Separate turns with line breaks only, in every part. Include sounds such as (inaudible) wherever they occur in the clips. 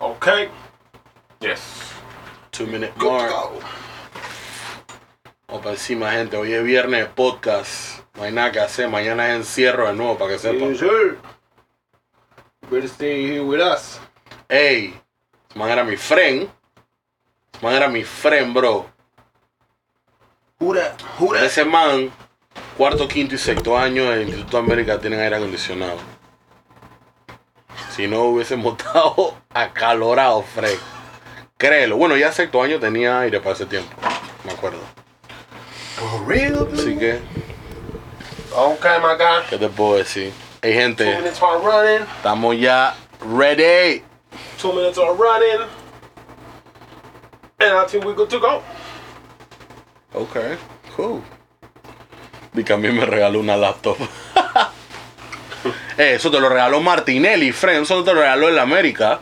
Okay.
Yes.
Two minute
Good to
mark.
go.
Vamos para encima, gente. Hoy es viernes de podcast. No hay nada que hacer. Mañana es encierro de nuevo para que sepan.
Yes, sir. Better stay here with us.
Ey, this man era mi friend. This man era mi friend, bro.
Who that? Who that?
Ese man, cuarto, quinto y sexto año del Instituto de América tienen aire acondicionado. Si no hubiésemos estado acalorados, Fred. Créelo. Bueno, ya sexto año tenía aire para ese tiempo. Me acuerdo.
For real?
Así que,
Okay, my guy.
¿qué te puedo decir? Hey,
Two
gente,
minutes are running.
estamos ya ready.
Two minutes are running. And I think we're good to go.
Ok, cool. Y también me regaló una laptop. (laughs) Eh, eso te lo regaló Martinelli, friend. Eso no te lo regaló el
(laughs)
América.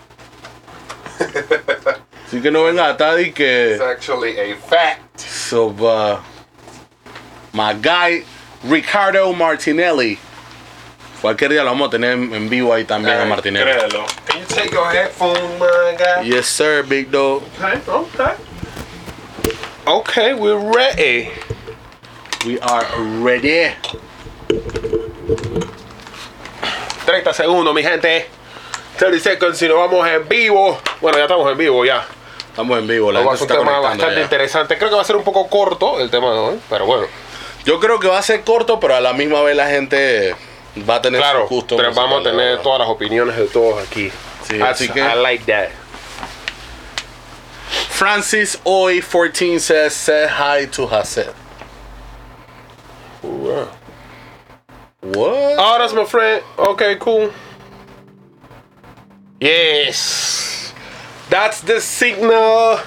Así que no venga a estar y que.
It's actually a fact.
So, uh, my guy, Ricardo Martinelli. Cualquier día lo vamos a tener en vivo ahí también a
Ay,
Martinelli.
Créelo. Can you take your headphone, my guy?
Yes, sir, big dog.
Okay, okay. Okay, we're ready.
We are ready.
30 segundos, mi gente. 30 seconds si nos vamos en vivo. Bueno, ya estamos en vivo ya.
Estamos en vivo, la
Va a
gente se
ser un
está
tema
conectando
bastante
ya.
interesante. Creo que va a ser un poco corto el tema de hoy, pero bueno.
Yo creo que va a ser corto, pero a la misma vez la gente va a tener
Claro,
su gusto.
pero
musical,
vamos a
la
tener
verdad.
todas las opiniones de todos aquí.
Sí,
That's-
así que-
I like that.
Francis hoy 14 says say hi to Hasset. What?
Oh, that's my friend. Okay, cool. Yes. That's the signal.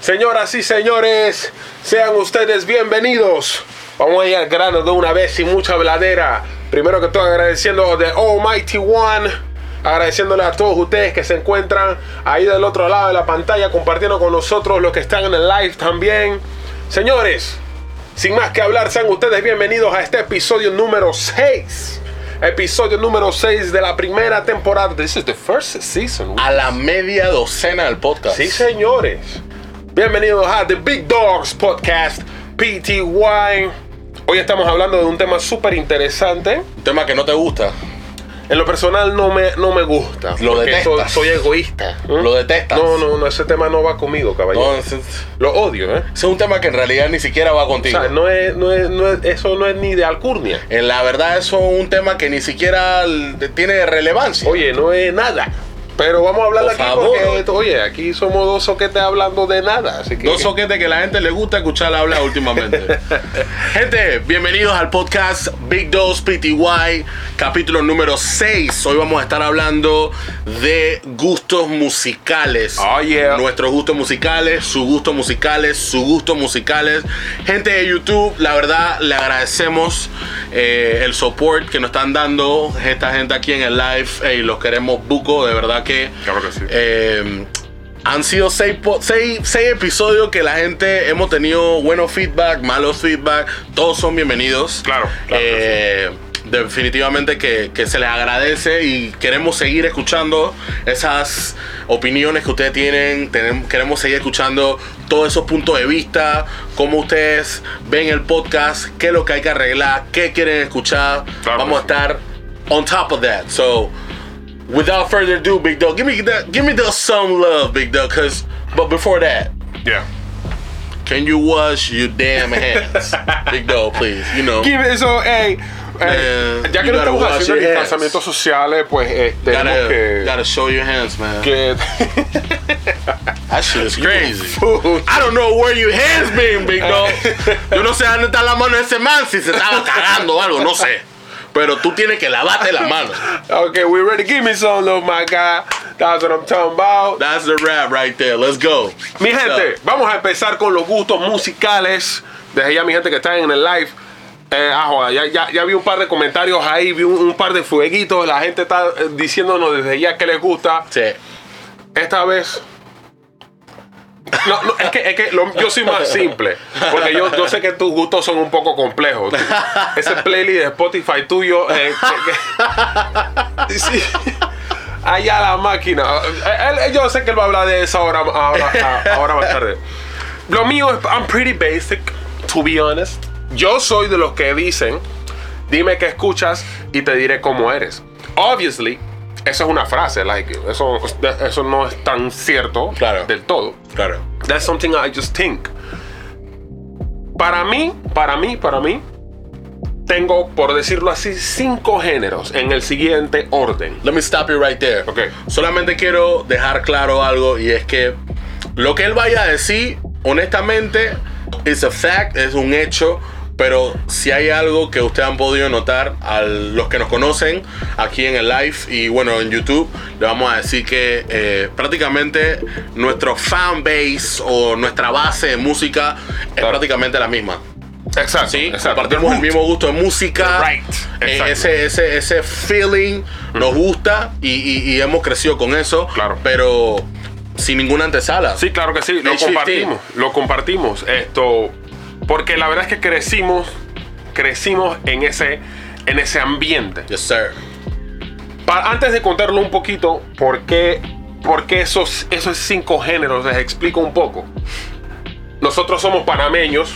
Señoras y señores, sean ustedes bienvenidos. Vamos a ir al grano de una vez sin mucha bladera. Primero que todo agradeciendo de Almighty One. Agradeciéndole a todos ustedes que se encuentran ahí del otro lado de la pantalla compartiendo con nosotros los que están en el live también. Señores, sin más que hablar, sean ustedes bienvenidos a este episodio número 6. Episodio número 6 de la primera temporada. This is the first season.
A la media docena del podcast.
Sí, señores. Bienvenidos a The Big Dogs Podcast PTY. Hoy estamos hablando de un tema súper interesante.
Un tema que no te gusta.
En lo personal no me, no me gusta.
Lo
porque soy,
detestas. ¿Mm?
soy egoísta. ¿eh?
Lo detestas.
No, no, no, ese tema no va conmigo, caballero.
Entonces,
Lo odio, ¿eh?
es un tema que en realidad ni siquiera va
O
contigo.
sea, no es, no es, no es- eso no es ni de alcurnia.
Eh, la verdad, eso es un tema que ni siquiera l- tiene relevancia.
Oye, no es nada. Pero vamos a hablar
Por
aquí
favor.
porque, oye, aquí somos dos soquetes hablando de nada. Así que,
Dos soquetes que la gente le gusta escuchar hablar últimamente.
(laughs)
gente, bienvenidos al podcast Big Dose PTY, capítulo número 6. Hoy vamos a estar hablando de gustos musicales.
Oh, yeah.
Nuestros gustos musicales, sus gustos musicales, sus gustos musicales. Gente de YouTube, la verdad, le agradecemos eh, el support que nos están dando esta gente aquí en el live. y los queremos buco, de verdad que...
Claro que sí.
Eh, han sido seis, po- seis- seis episodios que la gente hemos tenido buenos feedback, malos feedback. Todos son bienvenidos.
Claro, claro
Eh, Definitivamente que, que se les agradece y queremos seguir escuchando esas opiniones que ustedes tienen. Tenem- queremos seguir escuchando todos esos puntos de vista, cómo ustedes ven el podcast, qué es lo que hay que arreglar, qué quieren escuchar.
Claro que
Vamos a
sí.
estar on top of that. So, Without further ado, Big Dog, give me that, give me the some love, Big Dog. Cause, but before that,
yeah.
can you wash your
(laughs)
damn hands, Big Dog, please? You know,
Give it- so, hey, eh,
Man,
ya que
you
no
gotta
estamos
wash
haciendo
your hands.
distanciamientos sociales, pues eh, tenemos
gotta
que.
gotta show your hands, man.
que- (laughs)
That shit is crazy.
fool.
I don't know where your hands been, Big (laughs) Dog. Yo no sé dónde está la mano de ese man si se estaba cagando o algo, no sé. Pero tú tienes que lavarte la mano.
okay, we ready. Give me some love, my guy. That's what I'm talking about.
That's the rap right there. Let's go.
Mi gente, vamos a empezar con los gustos musicales. Desde ya, mi gente que está en el live. Eh, ah, joda, ya, ya- ya vi un par de comentarios ahí, vi un, un par de fueguitos. La gente está eh, diciéndonos desde ya que les gusta.
Sí.
Esta vez. No, no, es que, es que lo- yo soy más simple. Porque yo, yo sé que tus gustos son un poco complejos. Tú- Ese playlist de Spotify tuyo. eh, que- que- sí. allá la máquina. Eh, Él- él- yo sé que él va a hablar de eso ahora, ahora, a- ahora más tarde. Lo mío es, I'm pretty basic, to be honest. Yo soy de los que dicen, dime qué escuchas y te diré cómo eres. Obviously, eso es una frase, like, eso, eso no es tan cierto
Claro.
del todo.
Claro.
That's something I just think. Para mí, para mí, para mí, tengo, por decirlo así, cinco géneros en el siguiente orden.
Let me stop you right there.
Ok.
Solamente quiero dejar claro algo y es que lo que él vaya a decir, honestamente, es a fact, es un hecho. Pero si hay algo que ustedes han podido notar a los que nos conocen aquí en el live y bueno en YouTube, le vamos a decir que eh, prácticamente nuestro fan base o nuestra base de música es
Claro.
prácticamente la misma.
Exacto.
Sí,
exacto.
compartimos el
Root.
mismo gusto de música.
Right.
Eh,
Exacto.
ese, ese, ese feeling nos gusta y, y- y hemos crecido con eso.
Claro.
Pero sin ninguna antesala.
Sí, claro que sí, lo
HFT.
compartimos, lo compartimos. Esto, porque la verdad es que crecimos, crecimos en ese, en ese ambiente.
Yes, sir.
Pa- antes de contarlo un poquito, ¿por qué, por qué esos, esos cinco géneros? Les explico un poco. Nosotros somos panameños.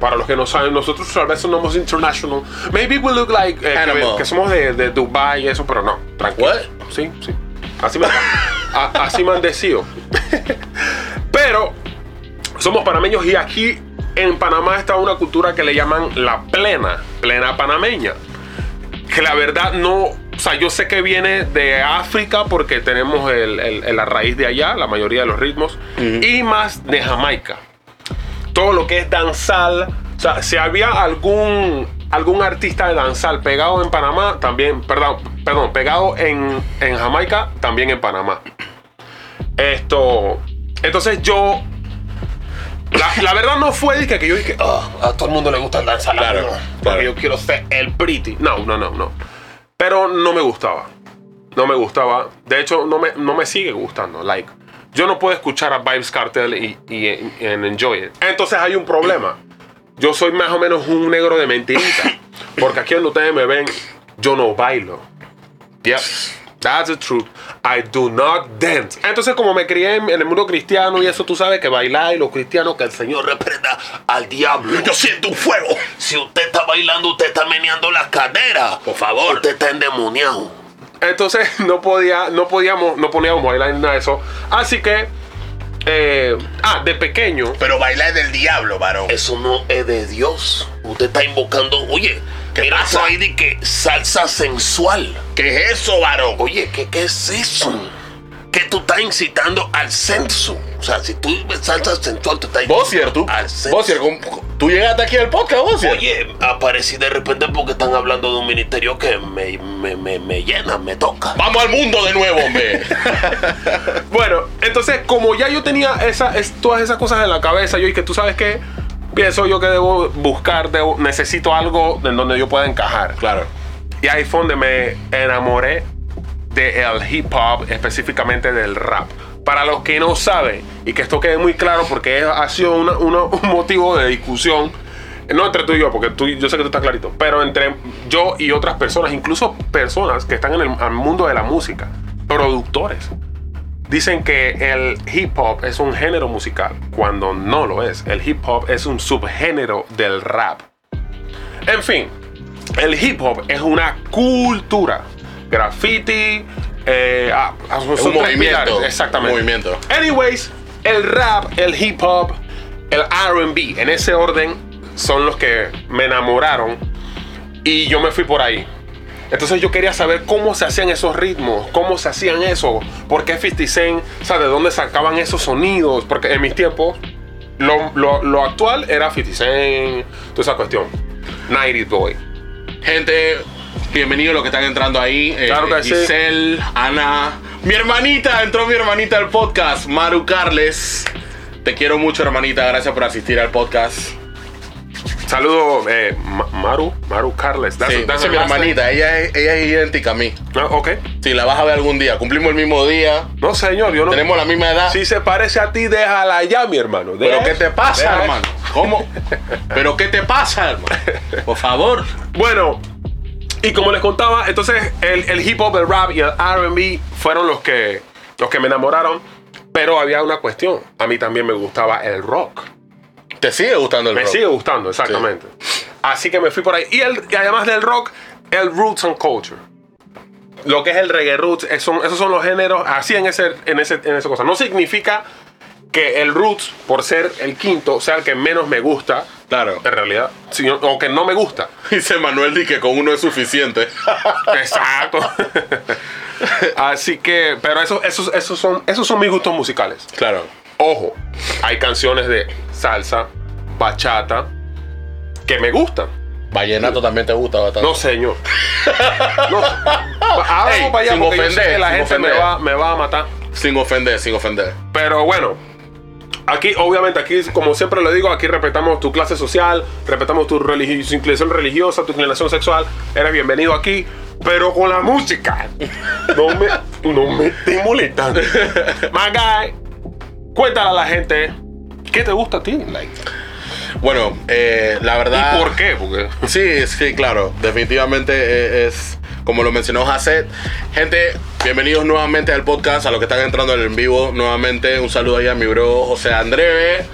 Para los que no saben, nosotros tal vez somos international. Maybe we look like eh, que,
Animal.
que somos de, de Dubai y eso, pero no. Tranquilo.
What?
Sí, sí. Así me, a- así me han decido. Pero somos panameños y aquí en Panamá está una cultura que le llaman la plena, plena panameña que la verdad no. O sea, yo sé que viene de África porque tenemos el- el- el- la raíz de allá, la mayoría de los ritmos, y más de Jamaica. Todo lo que es danzal. O sea, si había algún, algún artista de danzal pegado en Panamá, también, perdón, perdón pegado en, en Jamaica, también en Panamá. Esto. Entonces yo. La, la verdad no fue de que, que yo dije, "Ah, a todo el mundo le gusta el danzal.
Claro,
no, porque
claro.
yo quiero ser el pretty. No, no, no, no. Pero no me gustaba. No me gustaba. De hecho, no me, no me sigue gustando. Like, yo no puedo escuchar a Vibes Cartel y, y, and enjoy it. Entonces hay un problema. Yo soy más o menos un negro de mentirita. Porque aquí donde ustedes me ven, yo no bailo. Yep. That's the truth. I do not dance. Entonces, como me crié en en el mundo cristiano y eso, tú sabes que bailar y los cristianos, que el Señor reprenda al diablo.
Yo siento un fuego. Si usted está bailando, usted está meneando las caderas. Por favor. Usted está endemoniado.
Entonces (laughs) no podía, no podíamos, no poníamos bailar ni nada de eso. Así que, eh, ah, de pequeño,
Pero bailar del diablo, varón.
Eso no es de Dios. Usted está invocando, oye,
¿Qué
mira
pasa?
eso ahí de que salsa sensual.
¿Qué es eso, varón?
Oye, ¿qué, qué es eso? Que tú estás incitando al censo. O sea, si tú ves salsa sensual, tú estás
Bossier, tú.
al censo.
Bossier, ¿cómo- tú llegaste aquí al podcast, Bossier.
Oye, aparecí de repente porque están hablando de un ministerio que me, me, me, me llena, me toca.
Vamos al mundo de nuevo, hombre.
Bueno, entonces, como ya yo tenía esa, es- todas esas cosas en la cabeza, yo y que tú sabes que pienso yo que debo buscar, debo- necesito algo en donde yo pueda encajar.
(laughs) claro.
Y ahí fue donde me enamoré del hip hop, específicamente del rap. Para los que no saben, y que esto quede muy claro porque es- ha sido una- una- un motivo de discusión, no entre tú y yo, porque tú, yo sé que tú estás clarito, pero entre yo y otras personas, incluso personas que están en el al mundo de la música, productores, dicen que el hip hop es un género musical, cuando no lo es. El hip hop es un subgénero del rap. En fin, el hip hop es una cultura. Graffiti, eh, ah, ah, son tres
movimiento,
pilares, Exactamente.
un movimiento.
Anyways, el rap, el hip hop, el RB, en ese orden son los que me enamoraron y yo me fui por ahí. Entonces yo quería saber cómo se hacían esos ritmos, cómo se hacían eso, por qué 50 Cent, o sea, de dónde sacaban esos sonidos, porque en mis tiempos lo, lo- lo actual era 50 Cent, toda esa cuestión. Nighty Boy.
Gente, bienvenidos los que están entrando ahí. Eh,
Claro que sí.
Giselle, Ana. Mi hermanita, entró mi hermanita al podcast, Maru Carles. Te quiero mucho, hermanita. Gracias por asistir al podcast.
Saludo eh, Ma- Maru, Maru Carles. That's-
Sí,
that's
esa es mi
her last name.
hermanita. Ella es, ella es idéntica a mí.
Ah, ok.
Si la vas a ver algún día, cumplimos el mismo día,
No, señor, yo no.
tenemos la misma edad.
Si se parece a ti, déjala ya, mi hermano.
Pero
Deja
¿qué
eso.
te pasa,
Deja eso.
hermano? ¿Cómo? ¿Pero qué te
(laughs)
pasa, hermano? Por favor.
Bueno, y como les contaba, entonces el, el hip hop, el rap y el RB fueron los que, los que me enamoraron. Pero había una cuestión. A mí también me gustaba el rock.
¿Te sigue gustando el
Me
rock?
sigue gustando, exactamente. Así que me fui por ahí. Y, el- y además del rock, el roots and culture. Lo que es el reggae roots, esos son, esos son los géneros así en, ese, en, ese, en esa cosa. No significa que el roots, por ser el quinto, sea el que menos me gusta, (laughs)
Claro.
en realidad, sino, o que no me
(laughs)
gusta.
Dice Manuel di que con uno
(laughs)
es suficiente.
Exacto. (laughs) así que, pero esos, esos, esos, son, esos son mis gustos musicales.
claro.
Ojo, hay canciones de salsa, bachata, que me gustan.
Vallenato también te gusta bastante.
No,
(laughs)
señor. No. Ahora
Ey,
vamos para allá
sin
porque yo sé
ofender,
que la
sin
gente me
ofender.
va, me va a matar.
Sin ofender, sin ofender.
Pero bueno, aquí, obviamente, aquí, como siempre lo digo, aquí respetamos tu clase social, respetamos tu, religi- tu inclinación religiosa, tu inclinación sexual. Eres bienvenido aquí, pero con la música. No me, no me estés molestando. My guy, cuéntale a la gente qué te gusta a ti, like,
Bueno, eh, la verdad.
y por qué, porque.
Sí, sí, claro. Definitivamente eh, es, como lo mencionó Hasset. Gente, bienvenidos nuevamente al podcast, a los que están entrando en vivo nuevamente. Un saludo ahí a mi bro José Andreve,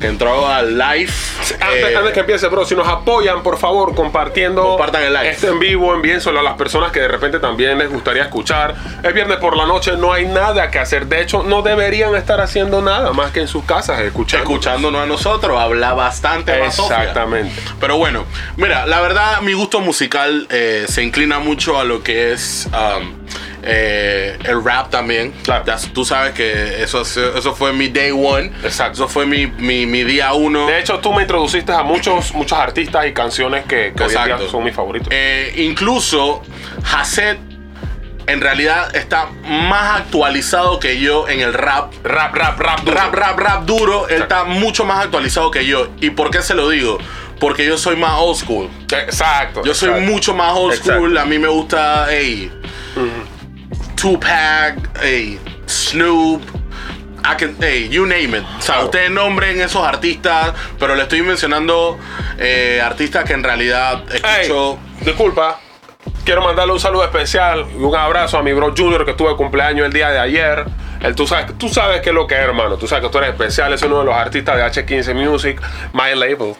que entró al live.
Antes,
Eh,
antes que empiece, bro, si nos apoyan, por favor, compartiendo.
Compartan el like.
Este en vivo, envíenselo a las personas que de repente también les gustaría escuchar. Es viernes por la noche, no hay nada que hacer. De hecho, no deberían estar haciendo nada más que en sus casas escuchando.
eh, escuchándonos a nosotros, habla bastante más Sofía.
Exactamente.
Pero bueno, mira, la verdad mi gusto musical eh, se inclina mucho a lo que es um, eh, el rap también.
Claro.
Ya tú sabes que eso, eso fue mi day one.
Exacto.
Eso fue mi, mi- mi día uno.
De hecho, tú me introduciste a muchos, muchos artistas y canciones que, que hoy en día
Exacto.
son mis favoritos.
Eh, incluso Hasset en realidad está más actualizado que yo en el rap.
rap, rap, rap, duro.
Rap, rap, rap duro. Él está mucho más actualizado que yo. ¿Y por qué se lo digo? Porque yo soy más old school.
Exacto.
Yo soy
exacto.
mucho más old
Exacto.
school. A mí me gusta, hey, Tupac, hey, Snoop. I can, hey, you name it. O sea,
Claro.
ustedes nombren esos artistas, pero le estoy mencionando eh, artistas que en realidad
Ey,
escucho.
disculpa. Quiero mandarle un saludo especial, un abrazo a mi bro Junior que tuve cumpleaños el día de ayer. Él, tú, sabes, tú sabes qué es lo que es, hermano. Tú sabes que tú eres especial. Es uno de los artistas de H15 Music, My Label.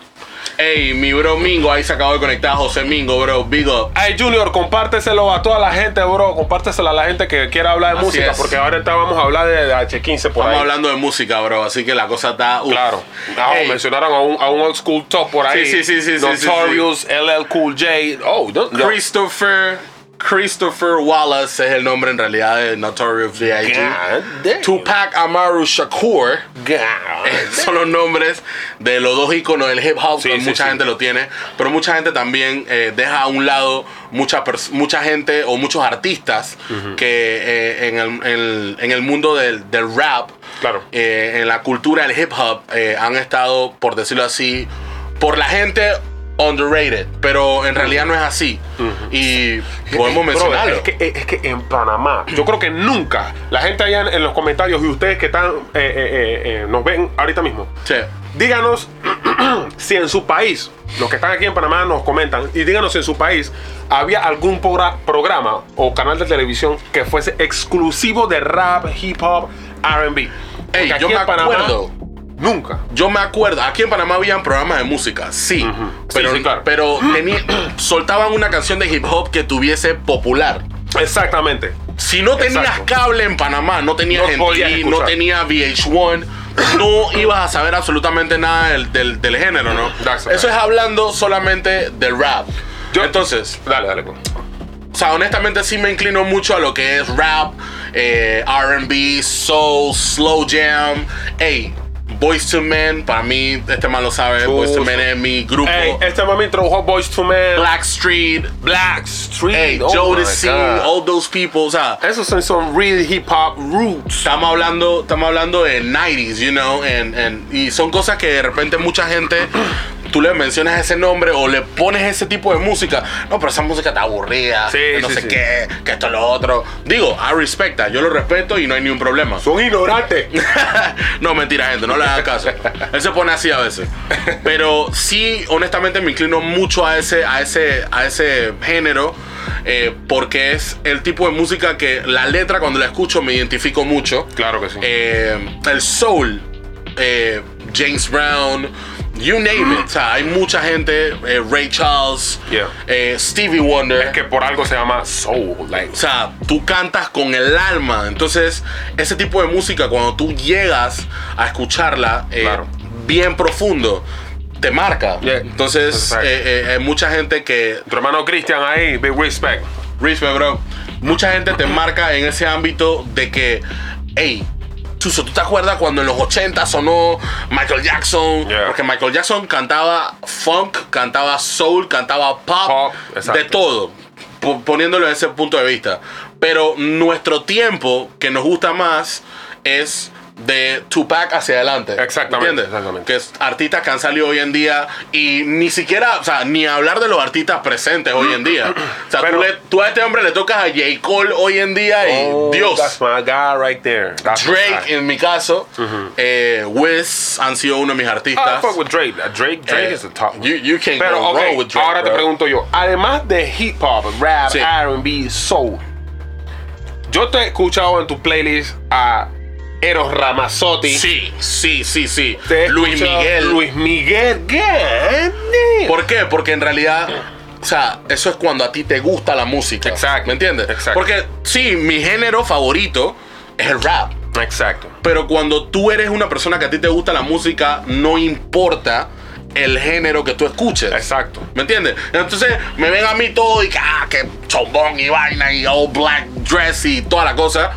Hey, mi bro Mingo, ahí se acabó de conectar José Mingo, bro. Big up.
Ay, Junior, compárteselo a toda la gente, bro. Compárteselo a la gente que quiera hablar de
Así
música,
es.
porque ahorita vamos a hablar de, de H15 por
Estamos
ahí.
hablando de música, bro, así que la cosa está. uf.
Claro. Ah,
Ey,
mencionaron a un, a un old school top por ahí.
Sí, sí, sí, sí, sí, sí,
Notorious, LL Cool J. Oh, no, no.
Christopher. Christopher Wallace es el nombre en realidad de Notorious D.I.G.
God damn.
Tupac Amaru Shakur (laughs)
God.
son los nombres de los dos iconos del hip hop.
Sí,
que
sí,
mucha
sí.
gente lo tiene, pero mucha gente también eh, deja a un lado mucha, pers- mucha gente o muchos artistas que eh, en, el, en el- en el mundo del, del rap,
Claro.
eh, en la cultura del hip hop, eh, han estado, por decirlo así, por la gente underrated, pero en realidad no es así. Y
Bro,
podemos mencionarlo.
es, que, es que en Panamá, yo creo que nunca, la gente allá en, en los comentarios y ustedes que están, eh, eh, eh, eh, nos ven ahorita mismo,
Sí.
díganos (clears throat) si en su país, los que están aquí en Panamá nos comentan, y díganos si en su país había algún pogra- programa o canal de televisión que fuese exclusivo de rap, hip hop, RB.
Ey,
Porque
yo
aquí
me
en Panamá,
acuerdo.
Nunca.
Yo me acuerdo, aquí en Panamá habían programas de música, sí, pero,
Sí, sí, claro. (clears throat)
pero teni- soltaban una canción de hip hop que tuviese popular.
Exactamente.
Si no tenías
Exacto.
cable en Panamá, no tenías
No podías
MTV, no
escuchar.
tenías VH1, no ibas a saber absolutamente nada del, del- del género, ¿no?
That's
Eso es hablando solamente del rap.
Yo-
Entonces,
Dale, dale. pues.
o sea, honestamente sí me inclino mucho a lo que es rap, eh, RB, soul, slow jam. Ey, Boys to Men, para mí, este man lo sabe, Boys to
Chuzo.
Men es mi grupo.
Ey, este mami introdujo Boys to Men,
Black Street,
Black Street,
hey,
oh my
Jodeci,
God.
all those people, o sea,
Esos son, son real hip hop roots.
estamos hablando, estamos hablando de 90s, you know, and- and- y son cosas que de repente mucha gente, tú le mencionas ese nombre o le pones ese tipo de música, no, pero esa música está aburrida,
Sí,
que no
sí,
sé
sí.
qué, que esto lo otro. Digo, I respecta, yo lo respeto y no hay ningún problema.
Son ignorantes.
(laughs) no, mentira, gente, no le hagas caso. Él se pone así a veces. Pero sí, honestamente, me inclino mucho a ese, a ese, a ese género. eh, porque es el tipo de música que la letra cuando la escucho me identifico mucho.
Claro que sí.
Eh, el soul, eh, James Brown, you name it. O sea, hay mucha gente, eh, Ray Charles,
Yeah.
eh, Stevie Wonder.
es que por algo se llama soul. like,
o sea, tú cantas con el alma. Entonces, ese tipo de música, cuando tú llegas a escucharla eh,
Claro.
bien profundo, te marca.
Yeah.
Entonces,
Exacto.
eh, eh, hay mucha gente que
tu hermano Cristian ahí, big respect.
Richmond, bro. Mucha gente te marca en ese ámbito de que, hey, Chuzo, ¿tú te acuerdas cuando en los 80 sonó Michael Jackson?
Yeah.
Porque Michael Jackson cantaba funk, cantaba soul, cantaba pop,
Pop, exacto.
de todo, po- poniéndolo en ese punto de vista. Pero nuestro tiempo que nos gusta más es de Tupac hacia adelante.
Exactamente,
¿Entiendes?
exactamente.
Que es artistas que han salido hoy en día y ni siquiera, o sea, ni hablar de los artistas presentes hoy en día. O sea,
Pero-
tú, le- tú a este hombre le tocas a J. Cole hoy en día y
Oh,
Dios.
That's my guy right there. That's my
Drake,
guy.
en mi caso, eh, Wiz han sido uno de mis artistas.
I Uh-huh. Ah, fuck with Drake. Drake, Drake
Eh,
is the top. one.
you- you can't
Pero,
go
okay,
wrong with Drake,
ahora te
bro.
pregunto yo. Además de hip hop, rap,
Sí.
R&B, soul, yo te he escuchado en tu playlist a Eros Ramazzotti.
Sí, sí, sí, sí.
Te he
Luis
escuchado-
Miguel.
Luis Miguel. ¿qué?
¿Por qué? Porque en realidad, o sea, eso es cuando a ti te gusta la música.
Exacto.
¿Me entiendes?
Exacto.
Porque sí, mi género favorito es el rap.
Exacto.
Pero cuando tú eres una persona que a ti te gusta la música, no importa el género que tú escuches.
Exacto.
¿Me entiendes? Entonces me ven a mí todo y que, ah, que chombón y vaina y all black dress y toda la cosa.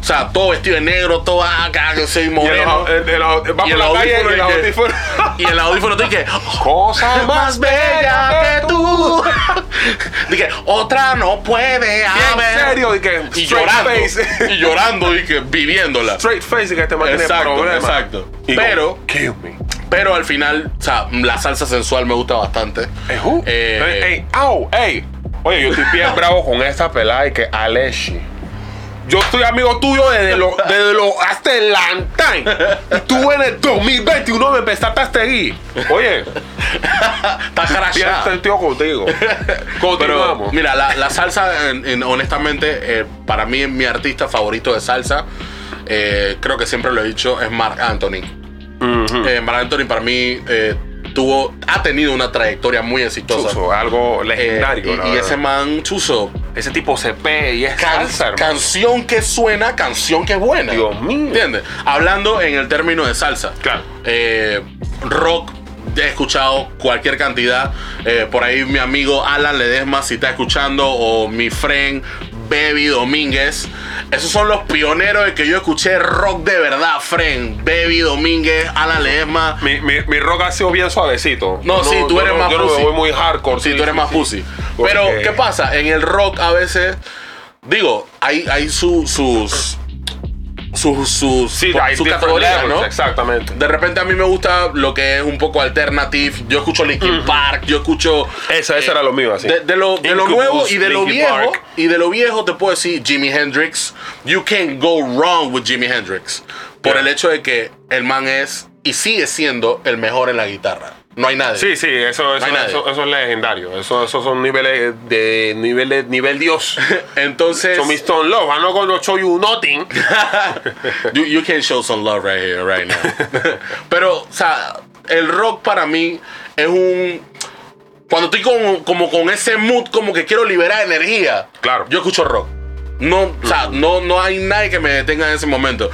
O sea, todo vestido de negro, todo, ah, que- que soy
Y el,
moreno.
au- el- el au- va
Y
por
el
la calle y el
audífono y que- (laughs)
audífono.
Y el audífono te dije,
(laughs) Cosa
más bella que tú. (laughs) Dije, otra no puede haber.
En serio, y que
Y
straight
llorando.
face. (laughs)
Y llorando y que viviéndola.
straight face y que te mantiene
Exacto,
problemas.
exacto.
Y go,
Pero-
kill me.
Pero al final, o sea, la salsa sensual me gusta bastante.
Ey, who?
Eh,
Ey, ey, au, ey. Oye, yo estoy
(laughs)
bien bravo con esta pelada y que Aleshi. Yo estoy amigo tuyo desde lo, desde lo hasta el Lantain. Y tú en el 2021 me empezaste a seguir. Oye,
Está
bien
crashada.
sentido contigo.
Pero
Continuamos.
mira, la, la salsa, en- en- honestamente, eh, para mí mi artista favorito de salsa, eh, creo que siempre lo he dicho, es Mark Anthony. Eh, Mark Anthony para mí eh, tuvo, ha tenido una trayectoria muy exitosa.
Chuzo, algo
Eh,
legendario.
y-
la
y,
verdad.
ese man, Chuzo,
Ese tipo se pe y es
can-
salsa, hermano.
canción que suena, canción que es buena.
Dios mío.
¿Entiendes? Hablando en el término de salsa.
Claro.
Eh, rock, he escuchado cualquier cantidad. Eh, por ahí mi amigo Alan Ledesma, si está escuchando, o mi friend Baby Domínguez. Esos son los pioneros de que yo escuché rock de verdad, friend. Baby Domínguez, Alan Ledesma.
Mi, mi, mi rock ha sido bien suavecito.
No, sí, tú
yo
eres
no-
más
yo no me
pussy.
voy muy hardcore.
Sí, tú eres más pussy.
Porque-
Pero, ¿qué pasa? En el rock a veces, digo, hay, hay su- sus. Sus, sus,
Sí,
po-
hay
sus
different
categorías,
levels,
¿no?
Exactamente.
De repente a mí me gusta lo que es un poco alternative. Yo escucho Linkin Park, yo escucho. eh,
Esa- eso era lo mío, así.
De, de lo, de lo
Incubus,
nuevo y de lo
Linkin
viejo.
Park.
Y de lo viejo te puedo decir Jimi Hendrix. You can't go wrong with Jimi Hendrix. Por
Yeah.
el hecho de que el man es y sigue siendo el mejor en la guitarra. No hay nadie.
Sí, sí, eso, eso,
hay nadie.
eso, eso es legendario. Eso, eso son niveles de niveles, nivel
(laughs)
Dios.
Entonces.
Show me Stone Love. I'm not gonna show you
(laughs)
nothing.
you, you can show some love right here, right now. (laughs) Pero, o sea, el rock para mí es un. Cuando estoy con- como con ese mood, como que quiero liberar energía.
Claro. Mm.
Yo escucho rock. No, o sea, no, no hay nadie que me detenga en ese momento.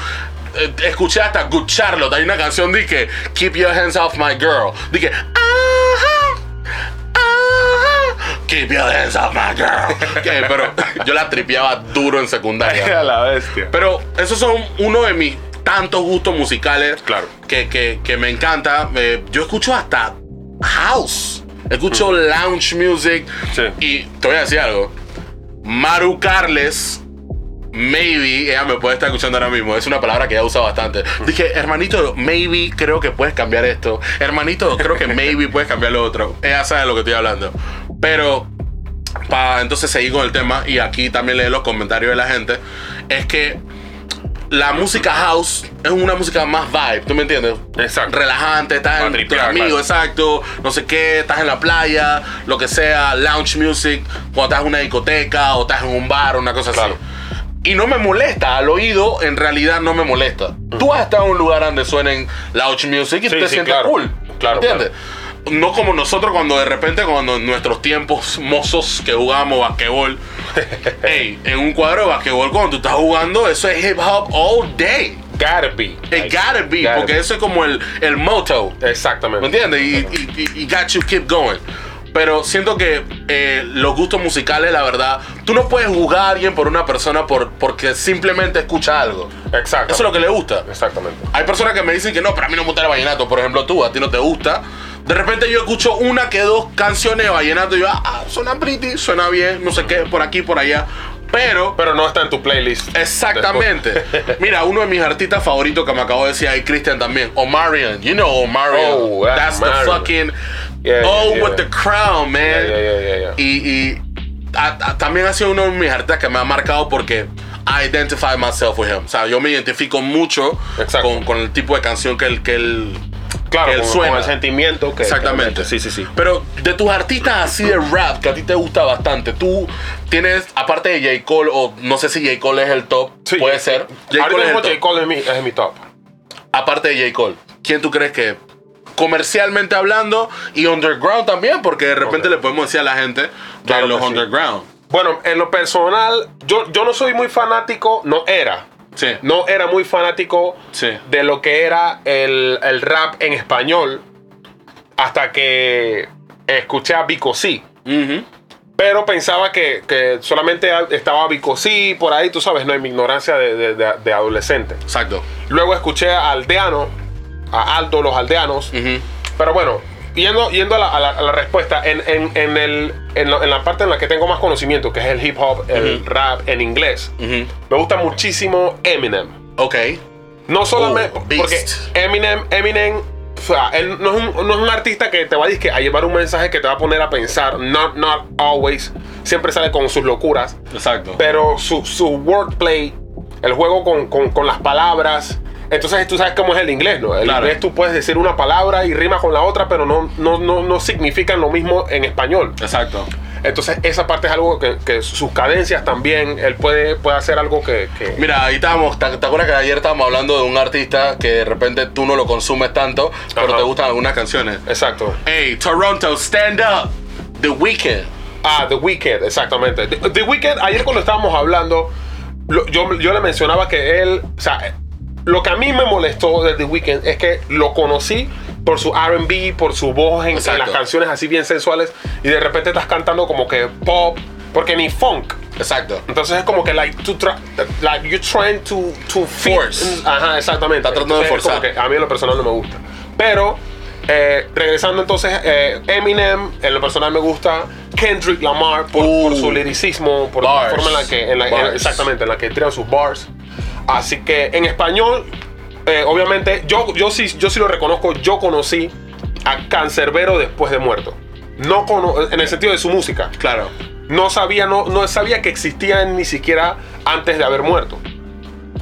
Eh, Escuché hasta Good Charlotte. Hay una canción de que Keep Your Hands Off My Girl. Dije, ajá, ajá, Keep Your Hands Off
(laughs)
My Girl. Que, pero yo la tripeaba duro en secundaria.
A la bestia.
Pero esos son uno de mis tantos gustos musicales
Claro.
que, que- que me encanta. Eh, yo escucho hasta house. Escucho lounge music.
Mm. Sí.
Y te voy a decir algo. Maru Carles, maybe, ella me puede estar escuchando ahora mismo. Es una palabra que ella usa bastante.
Mm.
Dije, hermanito, maybe creo que puedes cambiar esto. Hermanito, creo
(laughs)
que maybe puedes cambiar lo otro. Ella sabe de lo que estoy hablando. Pero para entonces seguir con el tema y aquí también leer los comentarios de la gente, es que la música house es una música más vibe, ¿tú me entiendes?
Exacto.
Relajante, estás
Para
en tus
tripear,
amigos,
claro.
exacto, no sé qué, estás en la playa, lo que sea, lounge music, cuando estás en una discoteca o estás en un bar o una cosa
Claro.
así. Y no me molesta, al oído en realidad no me molesta. Tú has estado en un lugar donde suenen lounge music y
Mm. Sí,
tú te
sí,
sientes
claro.
cool,
Claro,
¿entiendes? No como nosotros cuando de repente, cuando en nuestros tiempos mozos que
(laughs)
jugábamos basquetbol, Ey, en un cuadro de basquetbol cuando tú estás jugando, eso es hip hop all day.
Eh, Garby.
It gotta be,
Gotta
porque
be.
eso es como el, el motto. ¿Me
Exactamente.
entiendes? Y, y- y- y got you keep going. Pero siento que eh, los gustos musicales, la verdad, tú no puedes juzgar a alguien por una persona por, porque simplemente escucha algo.
Exacto.
Eso es lo que le gusta.
Exactamente.
Hay personas que me dicen que no, pero a mí no me gusta el vallenato. Por ejemplo, tú, a ti no te gusta. De repente yo escucho una que dos canciones de vallenato y yo, ah, suena pretty, suena bien, no sé qué, por aquí, por allá. Pero,
Pero no está en tu playlist.
exactamente.
(laughs)
Mira, uno de mis artistas favoritos que me acabo de decir ahí, Christian también, Omarion. You know Omarion.
Oh, yeah,
That's the
Omarion.
fucking
Yeah, yeah,
Oh
yeah.
with the crown, man.
Yeah, yeah, yeah, yeah, yeah.
Y, y a- a- también ha sido uno de mis artistas que me ha marcado porque I identify myself with him. O sea, yo me identifico mucho
Exacto.
con, con el tipo de canción que él, que él,
Claro,
que él
con,
suena.
con el sentimiento que.
Exactamente.
que- sí, sí, sí.
Pero de tus artistas así de rap que a ti te gusta bastante, tú tienes, aparte de J. Cole, o no sé si J. Cole es el top,
Sí,
puede ser. J.
Ahorita
Cole
mismo
es el
J.
top.
Cole es mi, es mi top.
Aparte de J. Cole, ¿quién tú crees que comercialmente hablando y underground también? Porque de repente
Ok.
le podemos decir a la gente de
Claro
los
que sí.
underground.
Bueno, en lo personal, yo, yo no soy muy fanático, no era.
Sí.
No era muy fanático
Sí.
de lo que era el, el rap en español hasta que escuché a Vico C.
Ujú.
Pero pensaba que, que solamente estaba Vico C por ahí, tú sabes, no, en mi ignorancia de- de- de- de adolescente.
Exacto.
Luego escuché a Aldeano, a Aldo, los aldeanos.
Ujú.
Pero bueno, yendo, yendo a, la, a la- a la respuesta, en, en- en el, en, lo- en la parte en la que tengo más conocimiento, que es el hip hop, el rap en inglés,
Ujú.
me gusta muchísimo Eminem.
Ok.
No solamente
Oh,
porque
beast.
Eminem, Eminem, o sea, él no es, un, no es un artista que te va a, dizque a llevar un mensaje que te va a poner a pensar. Not, not always. Siempre sale con sus locuras.
Exacto.
Pero su, su wordplay, el juego con, con- con las palabras. Entonces tú sabes cómo es el inglés, ¿no? El
Claro.
inglés tú puedes decir una palabra y rima con la otra, pero no, no, no, no significan lo mismo en español.
Exacto.
Entonces esa parte es algo que, que sus cadencias también, él puede, puede hacer algo que... que-
Mira, ahí estábamos, ¿te, te acuerdas que ayer estábamos hablando de un artista que de repente tú no lo consumes tanto, pero
Ajá.
te gustan algunas canciones?
Exacto.
Hey, Toronto, stand up. The Weeknd.
Ah, The Weeknd, exactamente. The, The Weeknd, ayer cuando estábamos hablando, lo- yo, yo le mencionaba que él, o sea, lo que a mí me molestó de The Weeknd es que lo conocí por su RB, por su voz en, en
Exacto.
las canciones así bien sensuales, y de repente estás cantando como que pop, porque ni funk.
Exacto.
Entonces es como que like, tú tra- like you're trying to, to fit-
Force.
Ajá, exactamente.
Está tratando de
Entonces, es como
forzar.
que a mí en lo personal no me gusta. Pero, eh, regresando entonces, eh, Eminem, en lo personal me gusta. Kendrick Lamar por,
Uh,
por su liricismo, por
bars,
la forma en la que, en la- en-
bars.
exactamente, en la que tiran sus bars. Así que en español, eh, obviamente, yo, yo, sí, yo sí lo reconozco, yo conocí a Cancerbero después de muerto. No cono- en el sentido de su música.
Claro.
No sabía, no, no sabía que existían ni siquiera antes de haber muerto.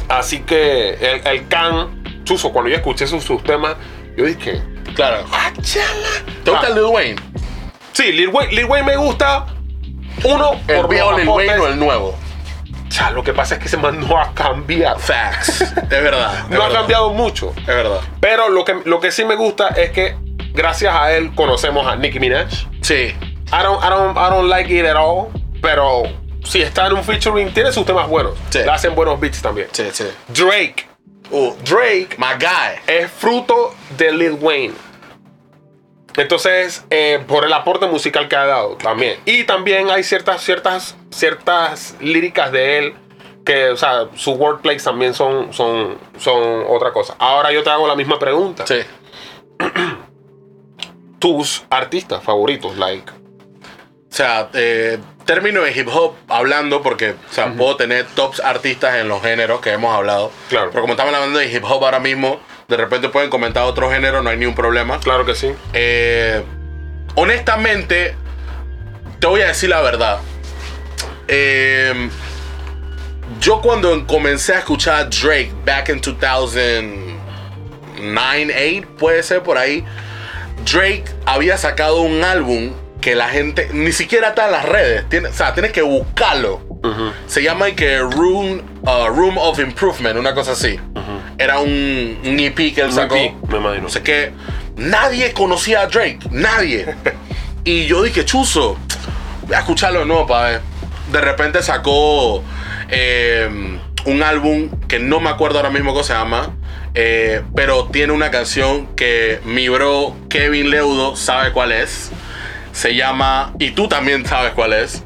Así que el, el can, Chuzo, cuando yo escuché sus, sus temas, yo dije,
Claro.
¡achala!
¿Te gusta Lil Wayne?
Sí, Lil Wayne, Lil Wayne me gusta. Uno,
¿El
los
viejo Lil Wayne o
aportes.
el nuevo?
Cha, lo que pasa es que ese man no ha cambiado.
Facts. es verdad. es
No ha
verdad.
cambiado mucho.
Es verdad.
Pero lo que, lo que sí me gusta es que gracias a él conocemos a Nicki Minaj.
Sí.
I don't, I don't, I don't like it at all. Pero si está en un featuring, tiene sus temas buenos.
Sí.
Le hacen buenos beats también.
Sí, sí.
Drake.
Uh,
Drake
my guy.
es fruto de Lil Wayne. Entonces, eh, por el aporte musical que ha dado también. Y también hay ciertas, ciertas, ciertas líricas de él que, o sea, su wordplays también son, son, son otra cosa. Ahora yo te hago la misma pregunta.
Sí.
Tus artistas favoritos, like.
O sea, eh, término de hip hop hablando, porque o sea, puedo tener tops artistas en los géneros que hemos hablado.
Claro.
Pero como estamos hablando de hip hop ahora mismo, de repente pueden comentar otro género, no hay ningún problema.
Claro que sí.
Eh, honestamente, te voy a decir la verdad. Eh, Yo cuando comencé a escuchar a Drake back in 2009, 8, puede ser por ahí, Drake había sacado un álbum que la gente ni siquiera está en las redes. Tiene- o sea, tienes que buscarlo. Se llama y que Room, uh, Room of Improvement, una cosa así. Era un, un EP que él sacó.
EP, me imagino.
O sea que nadie conocía a Drake, nadie. y yo dije, chuzo, voy a escucharlo de nuevo para ver. De repente sacó eh, un álbum que no me acuerdo ahora mismo cómo se llama, eh, pero tiene una canción que mi bro Kevin Leudo sabe cuál es. Se llama, y tú también sabes cuál es,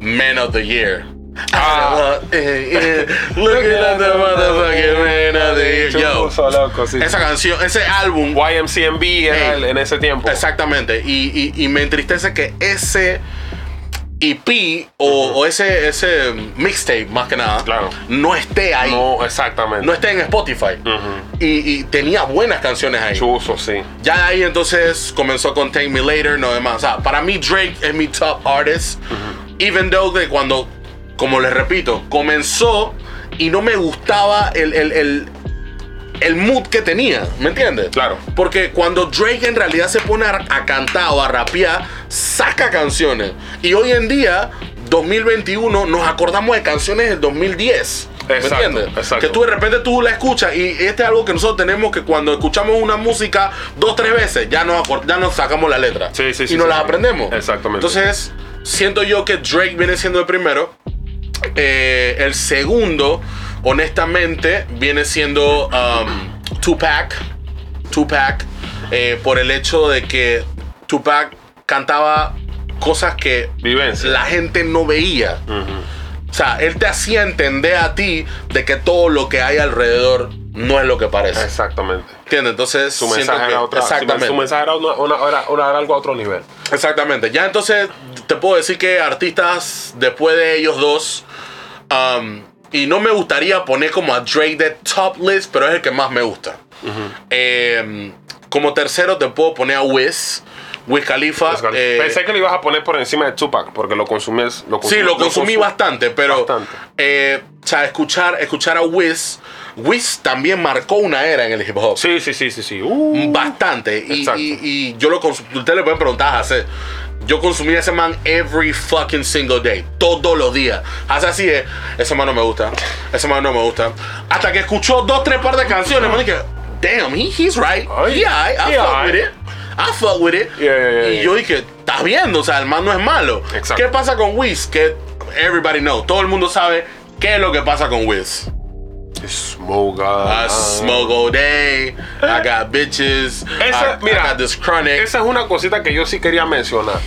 Men of the Year.
Ah.
Eh, eh, looking at the motherfucking Men of the Year. Yo,
Chuzo, loco, sí.
esa canción, ese álbum,
YMCMB era
Ey.
el- en ese tiempo.
Exactamente. Y, y- y me entristece que ese EP o, o ese, ese mixtape, más que nada,
Claro.
no esté ahí. No,
No, exactamente.
esté en Spotify. y, y tenía buenas canciones ahí.
Chuzo, sí.
Ya de ahí entonces comenzó con Take Me Later, no demás. O sea, para mí Drake es mi top artist. Even though de cuando, como les repito, comenzó y no me gustaba el, el- el- el mood que tenía, ¿me entiendes?
Claro.
Porque cuando Drake en realidad se pone a, a cantar o a rapear, saca canciones. Y hoy en día, 2021, nos acordamos de canciones del 2010. ¿Me
Exacto,
entiendes?
exacto.
Que tú de repente tú la escuchas y este es algo que nosotros tenemos que cuando escuchamos una música dos, tres veces, ya nos, acor- ya nos sacamos la letra.
Sí, sí, sí,
Y nos
sí,
la
sí.
aprendemos.
Exactamente.
Entonces, siento yo que Drake viene siendo el primero. Eh, el segundo, honestamente, viene siendo um, Tupac. Tupac. eh, por el hecho de que Tupac cantaba cosas que
Vivencia.
la gente no veía. O sea, él te hacía entender a ti de que todo lo que hay alrededor no es lo que parece.
Exactamente.
¿Entiendes? Entonces,
Su
siento
mensaje,
que-
era otra,
Exactamente.
su mensaje era, una- una- era- era algo a otro nivel.
Exactamente. Ya entonces te puedo decir que artistas después de ellos dos. um, y no me gustaría poner como a Drake de top list, pero es el que más me gusta. Eh, como tercero te puedo poner a Wiz. Wiz Khalifa.
Oscar,
eh,
Pensé que lo ibas a poner por encima de Tupac, porque lo consumías. Lo
Sí,
consum-
lo consumí
consum-
bastante, pero.
Bastante.
eh, o sea, escuchar, escuchar a Wiz. Wiz también marcó una era en el hip hop.
Sí, sí, sí, sí. sí. Uh.
Bastante. Y,
Exacto.
y- y yo lo consumí. Ustedes le pueden preguntar a Jacé. Yo consumí a ese man every fucking single day. Todos los días. Hace así es. Ese man no me gusta. Ese man no me gusta. Hasta que escuchó dos, tres par de canciones. Man, y que, damn, he- he's right.
Ay,
He alright. I
he
fuck
alright.
with it. I fuck with it.
Yeah, yeah, yeah,
y
yeah.
yo dije, estás viendo, o sea, el man no es malo.
Exacto.
¿Qué pasa con Wiz? Que everybody knows. Todo el mundo sabe qué es lo que pasa con Wiz.
Smoke.
I
ah.
smoke all day. I got bitches.
Esa-
I, I
mira,
got this chronic.
Esa es una cosita que yo sí quería mencionar.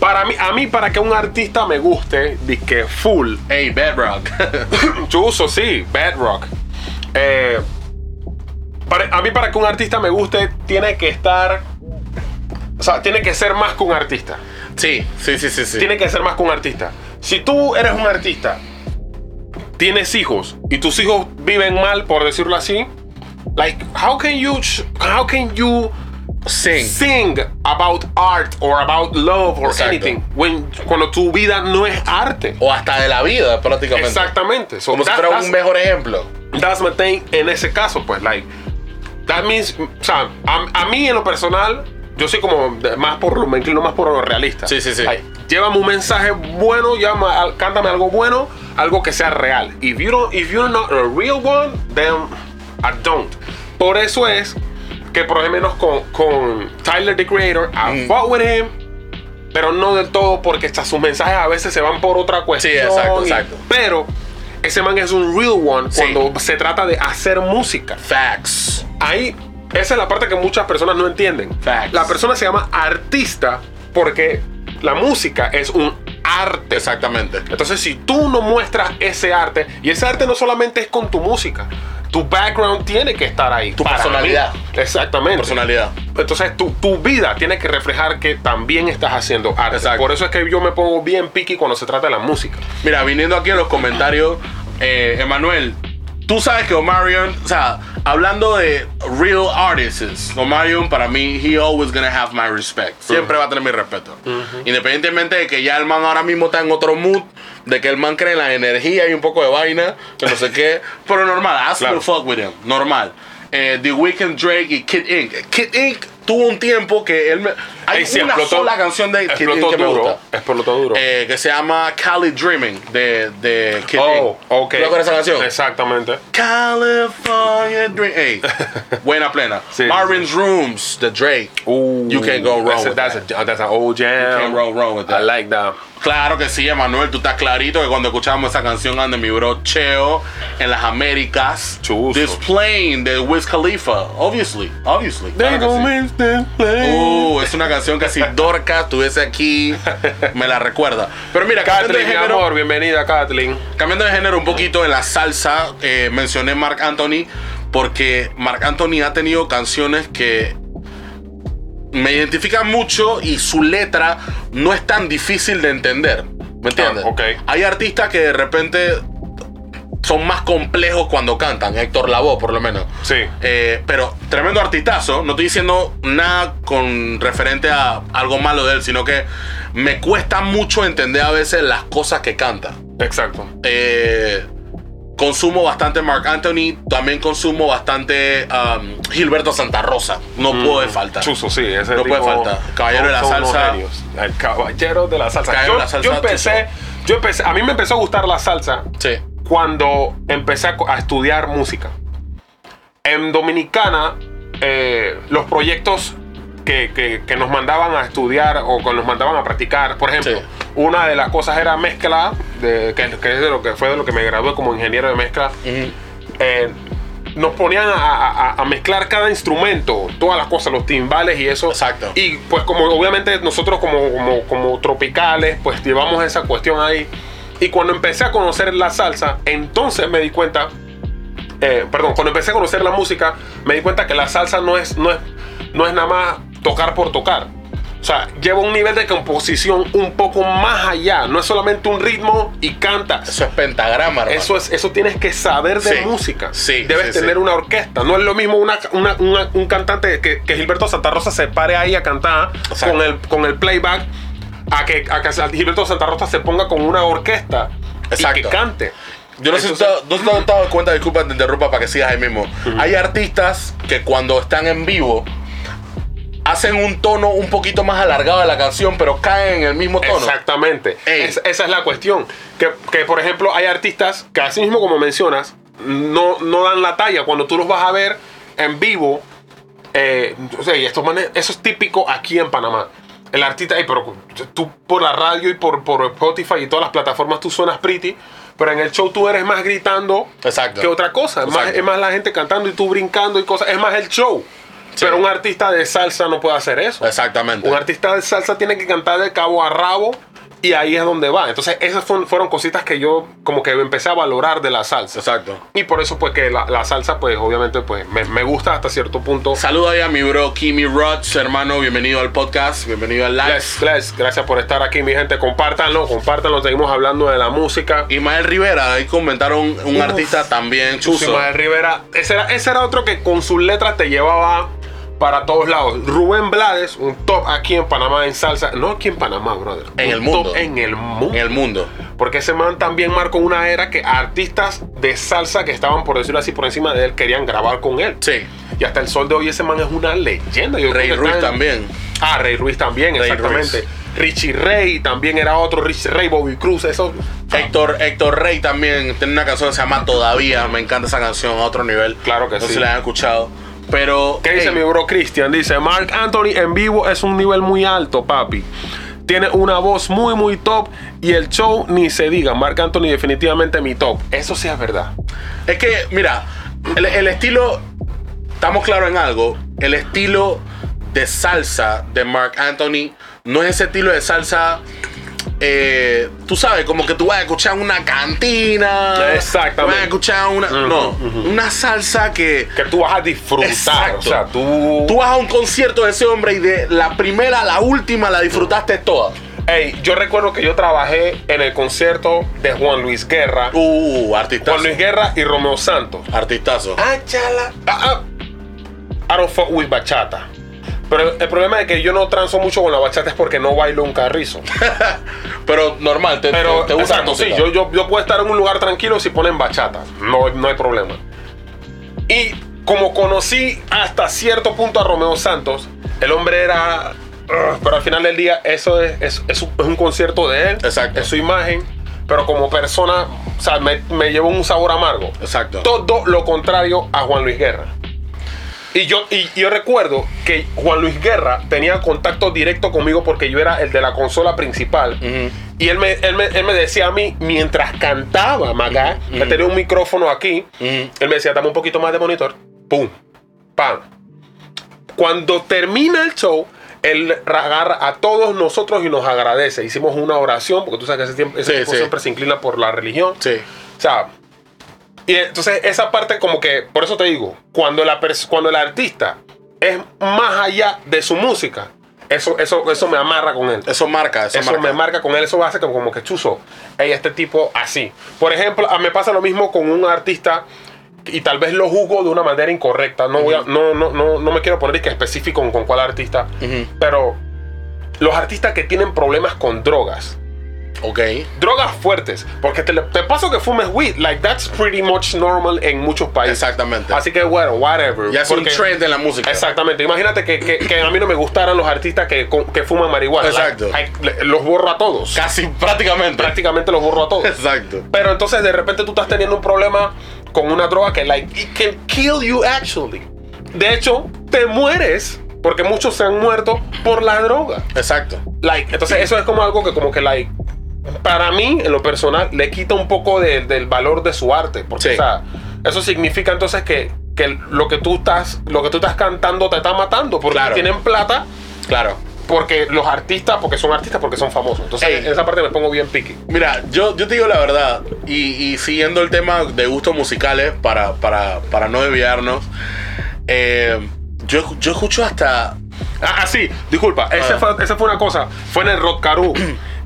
Para mí, a mí, para que un artista me guste, disque full, (coughs)
hey, bedrock. (laughs)
Chuzo, sí, Bedrock. Eh, para- a mí para que un artista me guste, tiene que estar... O sea, tiene que ser más que un artista.
sí, sí, sí, sí, sí.
Tiene que ser más que un artista. Si tú eres un artista, tienes hijos y tus hijos viven mal, por decirlo así, like, how can you, sh- how can you
Sing.
sing about art or about love or
Exacto.
anything when, cuando tu vida no es arte?
O hasta de la vida, prácticamente.
Exactamente. So
Como si
that-
fuera
that's-
un mejor ejemplo.
that's my thing en ese caso, pues, like, that means, o sea, a, a mí en lo personal, yo soy como de- más por, lo- me inclino más por lo realista.
Sí, sí, sí.
Like, llévame un mensaje bueno, llama, al- cántame algo bueno, algo que sea real. If you don't, if you're not a real one, then I don't. Por eso es que, por ejemplo, con, con Tyler, the Creator, I
Mm.
fought with him, pero no del todo porque hasta sus mensajes a veces se van por otra cuestión.
exacto,
y-
exacto.
Pero ese man es un real one
Sí.
cuando se trata de hacer música.
Facts.
Ahí, esa es la parte que muchas personas no entienden.
Facts.
La persona se llama artista porque la música es un arte.
Exactamente.
Entonces, si tú no muestras ese arte, y ese arte no solamente es con tu música, tu background tiene que estar ahí.
Tu
para mí.
personalidad.
Exactamente.
Personalidad.
Entonces tu, tu vida tiene que reflejar que también estás haciendo arte.
Exacto.
Por eso es que yo me pongo bien picky cuando se trata de la música.
Mira, viniendo aquí en los comentarios, eh, Emanuel, tú sabes que Omarion, o sea, hablando de real artists, Omarion para mí, he always gonna have my
Mm.
respect. Siempre va a tener mi respeto. Independientemente de que ya el man ahora mismo está en otro mood, de que el man cree en la energía y un poco de vaina, que no sé qué. (laughs) Pero normal, I still
Claro.
fuck with him. Normal. Eh, The Weeknd, Drake y Kid Ink. Kid Ink tuvo un tiempo que él me. Hay
Ahí sí
una
explotó-
sola canción de Kid Ink
explotó
que me
duro,
gusta.
Explotó duro.
eh, que se llama Cali Dreaming de, de Kid
oh,
Ink.
ok.
¿Tú te acuerdas de esa canción?
Exactamente.
California Dream.
(laughs)
Ey, buena plena.
Sí,
Marvin's Rooms de Drake. you can't go
that's
wrong.
a-
with
that's,
that.
a- uh, that's an old jam.
You can't go wrong with that.
I like that.
Claro que sí, Emanuel, tú estás clarito que cuando escuchábamos esa canción ande mi bro Cheo en las Américas,
Chuzo.
This Plane de Wiz Khalifa, obviously, obviously. claro que sí. Uh, es una canción que si Dorca estuviese aquí, me la recuerda.
(laughs)
Pero mira, cambiando de,
Kathleen, mi
género,
amor, bienvenida, Kathleen.
cambiando de género un poquito en la salsa, eh, mencioné Mark Anthony porque Mark Anthony ha tenido canciones que me identifican mucho y su letra no es tan difícil de entender. ¿Me entiendes?
Ah, ok.
Hay artistas que de repente son más complejos cuando cantan, Héctor Lavoe por lo menos.
Sí.
Eh, pero tremendo artistazo. No estoy diciendo nada con referente a algo malo de él, sino que me cuesta mucho entender a veces las cosas que canta.
Exacto.
Eh, consumo bastante Mark Anthony, también consumo bastante um, Gilberto Santa Rosa. No
Mm.
puede faltar.
Chuzo, sí, ese
No puede
tipo-
faltar. Caballero de la
son unos
salsa.
genios. El caballero de la salsa.
Caballero
Yo,
de la salsa,
yo empecé, yo empecé, a mí me empezó a gustar la salsa
Sí.
cuando empecé a, co- a estudiar música. En Dominicana, eh, los proyectos que, que- que nos mandaban a estudiar o que nos mandaban a practicar, por ejemplo,
Sí.
una de las cosas era mezcla, de, que, que es de lo que fue de lo que me gradué como ingeniero de mezcla. Eh, nos ponían a, a- a- a mezclar cada instrumento, todas las cosas, los timbales y eso.
Exacto.
Y pues como obviamente nosotros como, como, como tropicales, pues llevamos esa cuestión ahí. Y cuando empecé a conocer la salsa, entonces me di cuenta, eh, perdón, cuando empecé a conocer la música, me di cuenta que la salsa no es, no es, no es nada más tocar por tocar. O sea, lleva un nivel de composición un poco más allá. No es solamente un ritmo y cantas.
Eso es pentagrama, hermano.
Eso, es, eso tienes que saber de
Sí,
música.
sí,
Debes
sí,
tener
sí.
una orquesta. No es lo mismo una, una- una- un cantante que, que Gilberto Santa Rosa se pare ahí a cantar
Exacto.
con el, con el playback a que, a que Gilberto Santa Rosa se ponga con una orquesta y
Exacto.
que cante.
Yo no sé si
Entonces-
tú te- no te has dado cuenta, disculpa, te interrumpa para que sigas ahí mismo. Hay artistas que cuando están en vivo hacen un tono un poquito más alargado de la canción, pero caen en el mismo tono.
Exactamente.
Ey.
Es- esa es la cuestión. Que, que, por ejemplo, hay artistas que, así mismo como mencionas, no, no dan la talla. Cuando tú los vas a ver en vivo, eh, o sea, y estos manes- eso es típico aquí en Panamá. El artista, "Ey, pero tú por la radio y por, por Spotify y todas las plataformas tú suenas pretty, pero en el show tú eres más gritando
Exacto.
que otra cosa. Es más,
Exacto.
es más la gente cantando y tú brincando y cosas. Es más el show.
Sí.
Pero un artista de salsa no puede hacer eso.
Exactamente.
Un artista de salsa tiene que cantar de cabo a rabo y ahí es donde va. Entonces esas fueron, fueron cositas que yo como que empecé a valorar de la salsa.
Exacto.
Y por eso pues que la, la salsa pues obviamente pues me, me gusta hasta cierto punto.
Saluda ahí a mi bro Kimi Rods, hermano. Bienvenido al podcast, bienvenido al live.
Bless, bless. Gracias por estar aquí mi gente. Compártanlo, compártanlo. Seguimos hablando de la música.
Ismael Rivera, ahí comentaron un artista también, Chuzo.
Ismael Rivera, ese era, ese era otro que con sus letras te llevaba para todos lados. Rubén Blades, un top aquí en Panamá en salsa. No aquí en Panamá, brother.
En
Un
el mundo.
top en el mundo.
En el mundo.
Porque ese man también marcó una era que artistas de salsa que estaban, por decirlo así, por encima de él, querían grabar con él.
Sí.
Y hasta el sol de hoy ese man es una leyenda. Yo creo
Rey
que
Ruiz
está en-
también.
Ah, Rey Ruiz también,
Rey
exactamente.
Ruiz.
Richie Rey también era otro. Richie Rey, Bobby Cruz, eso.
Héctor, Héctor Rey también tiene una canción que se llama Todavía. Me encanta esa canción a otro nivel.
Claro que
no sé
sí.
si la han escuchado. Pero.
¿Qué dice
ey,
mi bro Christian? Dice, Mark Anthony en vivo es un nivel muy alto, papi. Tiene una voz muy, muy top y el show ni se diga. Mark Anthony definitivamente mi top. Eso sí es verdad.
Es que, mira, el, el estilo. Estamos claros en algo. El estilo de salsa de Mark Anthony no es ese estilo de salsa. eh, tú sabes, como que tú vas a escuchar en una cantina.
Exactamente.
Vas a escuchar una. no, una salsa que.
Que tú vas a disfrutar.
Exacto.
O sea, tú...
Tú vas a un concierto de ese hombre y de la primera a la última la disfrutaste toda.
Ey, yo recuerdo que yo trabajé en el concierto de Juan Luis Guerra.
Uh, artistazo.
Juan Luis Guerra y Romeo Santos.
Artistazo.
Ah, chala. Ah, ah. I don't fuck with bachata. Pero el problema de que yo no transo mucho con la bachata es porque no bailo un
(laughs)
carrizo.
Pero normal, te,
Pero,
te, te gusta la
exacto, sí,
música.
yo, yo, yo puedo estar en un lugar tranquilo si ponen bachata. No, no hay problema. Y como conocí hasta cierto punto a Romeo Santos, el hombre era. "Ugh", Pero al final del día, eso es, es, es un, es un concierto de él,
Exacto.
es su imagen. Pero como persona, o sea, me, me llevó un sabor amargo.
Exacto.
Todo lo contrario a Juan Luis Guerra. Y yo, y yo recuerdo que Juan Luis Guerra tenía contacto directo conmigo porque yo era el de la consola principal.
Ujú.
Y él me, él, me, él me decía a mí, mientras cantaba, Maga, que tenía un micrófono aquí,
Ujú.
él me decía, dame un poquito más de monitor. Pum, pam. Cuando termina el show, él agarra a todos nosotros y nos agradece. Hicimos una oración, porque tú sabes que ese, tiempo, ese
Sí,
tipo
sí.
siempre se inclina por la religión.
Sí.
O sea, y entonces esa parte como que, por eso te digo, cuando la pers- cuando el artista es más allá de su música, eso, eso, eso me amarra con él.
Eso marca, eso,
Eso
marca.
me marca con él, eso hace como, como que chuzo. Ey, este tipo así. Por ejemplo, a- me pasa lo mismo con un artista y tal vez lo juzgo de una manera incorrecta. No, voy a- no, no, no, no me quiero poner y que específico con, con cuál artista.
Ujú.
Pero los artistas que tienen problemas con drogas,
Ok.
drogas fuertes, porque te, le- te paso que fumes weed, like that's pretty much normal en muchos países.
Exactamente.
Así que bueno, whatever.
Ya es un
Porque-
trend en la música.
Exactamente, imagínate que, que- que a mí no me gustaran los artistas que, que fuman marihuana.
Exacto.
Like, like, los borro a todos
Casi prácticamente.
prácticamente los borro a todos.
(laughs) Exacto.
Pero entonces de repente tú estás teniendo un problema con una droga que like it can kill you actually. De hecho, te mueres porque muchos se han muerto por la droga.
Exacto.
Like, entonces eso es como algo que como que like para mí en lo personal le quita un poco de- del valor de su arte, porque
Sí.
o sea, eso significa entonces que, que lo que tú estás lo que tú estás cantando te está matando porque
Claro.
tienen plata
Claro.
porque los artistas porque son artistas porque son famosos. Entonces
Ey.
en esa parte me pongo bien picky.
Mira, yo, yo te digo la verdad, y, y siguiendo el tema de gustos musicales, para, para, para no desviarnos, eh, yo, yo escucho hasta.
Ah, ah, sí, disculpa. Ese
Ah.
fue- esa fue una cosa. Fue en el Rock (clears throat) Caru.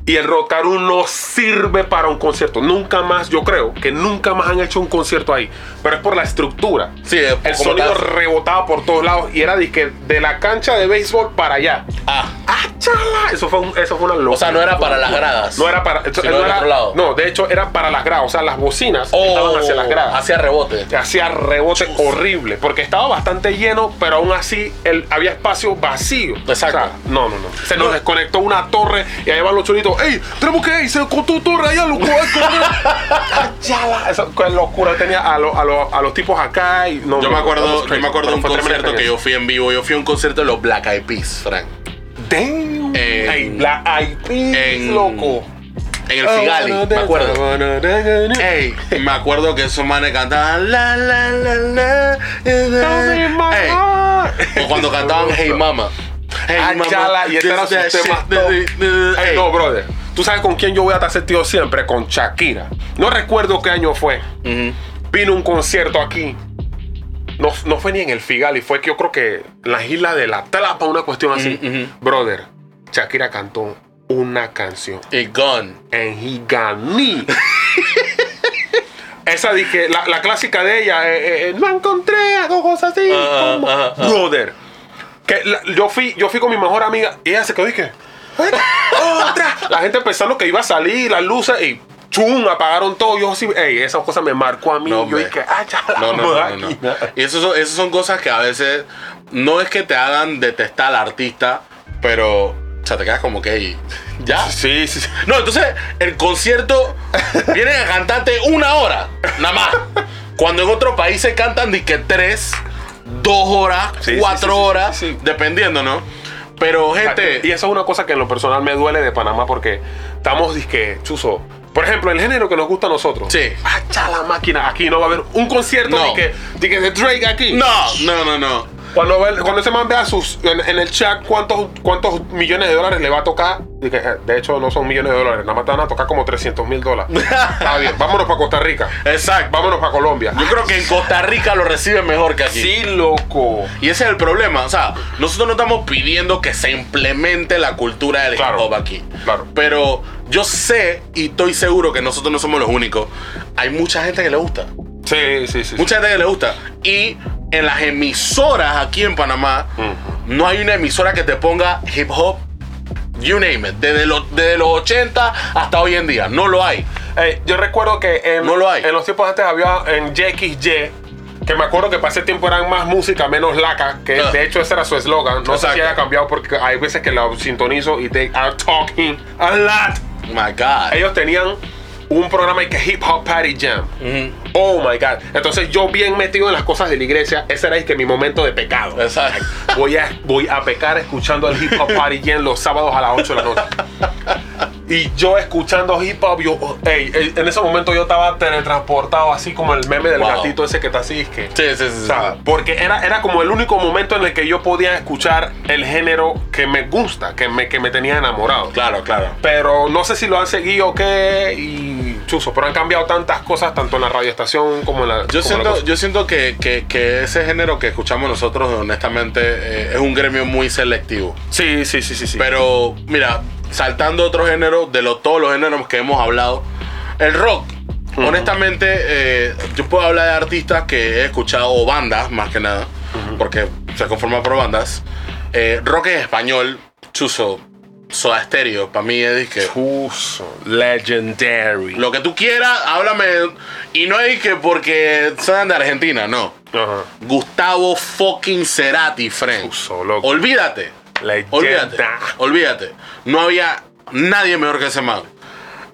y el Rock Caru no sirve para un concierto. Nunca más, yo creo que nunca más han hecho un concierto ahí. Pero es por la estructura.
Sí, es
El
como
sonido
tal.
rebotaba por todos lados y era de, que de la cancha de béisbol para allá.
Ah,
¡Ah, chala! Eso fue, un- eso fue una locura.
o sea, no era para las gradas.
No era para.
Sino
no,
del
era-
otro lado.
no, de hecho era para las gradas. O sea, las bocinas
Oh,
estaban hacia las gradas
Hacia rebote.
hacía rebote horrible porque estaba bastante lleno pero aún así el, había espacio vacío
Exacto.
no no no se nos desconectó una torre y allá van los chulitos ¡Ey! tenemos que ir se desconectó una torre allá loco hay que
(laughs)
ver". Ah, ya la- esa qué locura tenía a, los- a los- a los tipos acá y no, no,
Yo me
that was
acuerdo, yo
crazy.
me acuerdo
Pero
de un
fue tremenda
concierto que yo fui en vivo. Yo fui a un concierto de los Black Eyed Peas, Frank.
Damn.
En-
Ey, la IP
en-
loco
En el Figali, me acuerdo. Ey, me acuerdo que esos manes cantaban la la la la.
Eh,
Ey, Eh, o cuando cantaban Hey Mama. Hey
Ah, chala, y este
this,
era su
that
tema
shit,
top.
this, this,
Ay,
ey.
no, brother. Tú sabes con quién yo voy a estar sentido siempre, con Shakira. No recuerdo qué año fue.
Ujú.
Vino un concierto aquí. No, no fue ni en el Figali, fue que yo creo que en las islas de la Tlapa, una cuestión así.
Mm, Ujú,
Brother, Shakira cantó una canción.
Y Gone.
En Higani. (laughs) Esa dije, la, la clásica de ella, eh, eh, eh, no encontré a dos cosas así.
Ah,
como-
ah, ah.
Brother. Que la- yo, fui, yo fui con mi mejor amiga y ella se quedó y que. "Ay, ¡Otra! La gente pensando que iba a salir, las luces y chum, apagaron todo. Yo así, ey, esa cosa me marcó a mí.
No,
yo
hombre.
dije, ¡ah, ya la
No, no, no, no, no.
máquina".
Y eso son, eso son cosas que a veces no es que te hagan detestar al artista, pero o sea, te quedas como que "Ey, ya.
Sí, sí, sí.
No, entonces el concierto viene a cantarte una hora, nada más. Cuando en otros países cantan de que tres, dos horas,
Sí, sí,
cuatro
sí, sí,
horas,
sí, sí.
dependiendo, ¿no? Pero gente,
Y eso es una cosa que en lo personal me duele de Panamá porque estamos disque, chuzo. Por ejemplo, el género que nos gusta a nosotros.
Sí.
Hacha la máquina. Aquí no va a haber un concierto
No.
disque, disque de Drake aquí.
no, no, no, no. (laughs)
Cuando, ve- cuando ese man vea sus, en, en el chat cuántos, cuántos millones de dólares le va a tocar. Dije, eh, de hecho, no son millones de dólares. Nada más te van a tocar como 300 mil dólares.
(laughs)
Está bien. Vámonos para Costa Rica.
Exacto.
Vámonos para Colombia.
Yo creo que en Costa Rica lo reciben mejor que aquí.
Sí, loco.
Y ese es el problema. O sea, nosotros no estamos pidiendo que se implemente la cultura del
Claro,
hip hop aquí.
claro.
Pero yo sé y estoy seguro que nosotros no somos los únicos. Hay mucha gente que le gusta.
Sí, sí, sí. sí.
Mucha gente que le gusta. Y en las emisoras aquí en Panamá,
Mm.
No hay una emisora que te ponga hip hop, you name it, desde, lo- desde los 80 hasta hoy en día. No lo hay.
Eh, yo recuerdo que en,
No lo hay.
en los tiempos antes había en YXY, que me acuerdo que para ese tiempo eran más música, menos laca, que
Ah.
de hecho ese era su eslogan. No sé si
Exacto.
haya cambiado porque hay veces que lo sintonizo y they are talking a lot.
My God.
Ellos tenían un programa que Hip Hop Party Jam.
Ujú.
Oh my God. Entonces yo bien metido en las cosas de la iglesia, ese era es que mi momento de pecado.
Exacto.
Voy a, voy a pecar escuchando el hip hop party jam los sábados a las 8 de la noche. Y yo escuchando hip hop, yo, oh, ey, ey, en ese momento yo estaba teletransportado, así como el meme del
Wow.
gatito ese que está así, es que.
Sí, sí, sí, sí.
O sea, porque era, era como el único momento en el que yo podía escuchar el género que me gusta, que me, que me tenía enamorado.
Claro, claro.
Pero no sé si lo han seguido o qué, y chuzo, pero han cambiado tantas cosas, tanto en la radioestación como en la. como
Yo
la cosa.
siento, yo siento que, que- que ese género que escuchamos nosotros, honestamente, eh, es un gremio muy selectivo.
Sí, sí, sí, sí. sí.
Pero, mira, saltando otro género, de lo- todos los géneros que hemos hablado, el rock. Honestamente, eh, yo puedo hablar de artistas que he escuchado, o bandas más que nada, porque se conforma por bandas. Eh, rock en español, chuzo, soda estéreo, para mí es disque.
Chuzo, legendary.
Lo que tú quieras, háblame. Y no es que porque sean de Argentina, no.
Ajá.
Gustavo fucking Cerati, friend.
Uso, loco.
Olvídate.
Leyenda.
Olvídate. Olvídate. No había nadie mejor que ese man.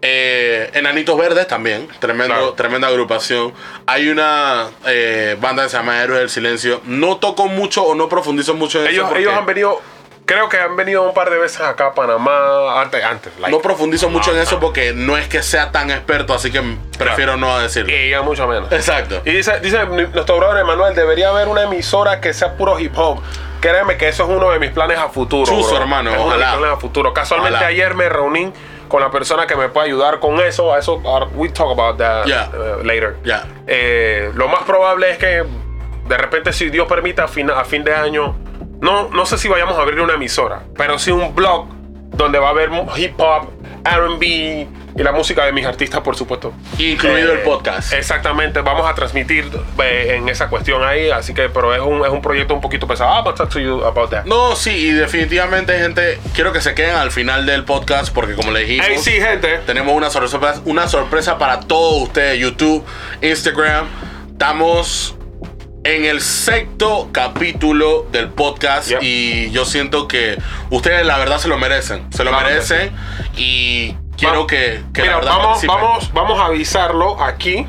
Eh, Enanitos Verdes también. Tremendo,
Claro.
Tremenda agrupación. Hay una eh, banda que se llama Héroes del Silencio. No toco mucho o no profundizo mucho en
Ellos,
eso.
ellos
porque
han venido, creo que han venido un par de veces acá a Panamá, antes, antes. like,
No profundizo mucho en
Ah,
eso porque no es que sea tan experto, así que prefiero no decirlo.
y ya mucho menos.
Exacto.
Y dice, dice nuestro brother Emanuel, debería haber una emisora que sea puro hip hop. Créeme que eso es uno de mis planes a futuro.
Chuzo,
bro.
hermano,
Es uno de mis
ojalá.
planes a futuro. Casualmente
Ojalá.
ayer me reuní con la persona que me puede ayudar con eso. A Eso, uh, we talk about that
Yeah.
uh, later.
Yeah.
Eh, lo más probable es que de repente, si Dios permite, a fin, a fin de año, no, no sé si vayamos a abrir una emisora, pero sí un blog donde va a haber mu- hip hop, RB y la música de mis artistas, por supuesto.
Incluido
Eh,
el podcast.
Exactamente, vamos a transmitir eh, en esa cuestión ahí, así que, pero es un, es un proyecto un poquito pesado. Ah, but talk to you about that.
No, sí, y definitivamente, gente, quiero que se queden al final del podcast porque como le dijimos,
Hey, sí, gente.
tenemos una sorpresa, una sorpresa para todos ustedes, YouTube, Instagram. Estamos en el sexto capítulo del podcast
Yep.
y yo siento que ustedes la verdad se lo merecen, se lo
Claro que
merecen y quiero
Va-
que, que
Mira,
la verdad
vamos,
participen.
vamos, vamos a avisarlo aquí.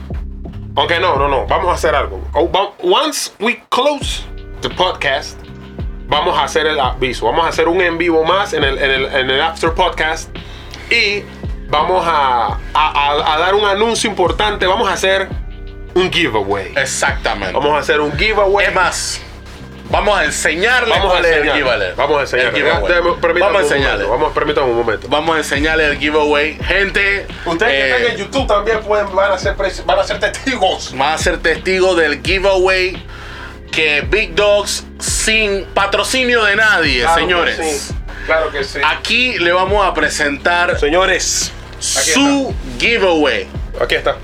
Aunque no, no, no. Vamos a hacer algo. O- va- Once we close the podcast, vamos a hacer el aviso. Vamos a hacer un en vivo más en el, en el, en el After Podcast. Y vamos a, a- a- a dar un anuncio importante. Vamos a hacer un giveaway.
Exactamente.
Vamos a hacer un giveaway.
Es más, vamos a enseñarles
vamos a
cuál es el
enseñarle.
giveaway.
Vamos a enseñarle.
El giveaway.
Déjame- permítame
Vamos a
un
enseñarles.
momento, Vamos, permítame un momento.
Vamos a enseñarle el giveaway. Gente,
Ustedes que
eh,
están en YouTube también pueden, van, a ser, pres- van a ser testigos.
van eh, a ser testigos del giveaway que Big Dogs sin patrocinio de nadie,
Claro que
señores.
sí, Claro que sí.
Aquí le vamos a presentar
Señores,
su giveaway.
aquí está.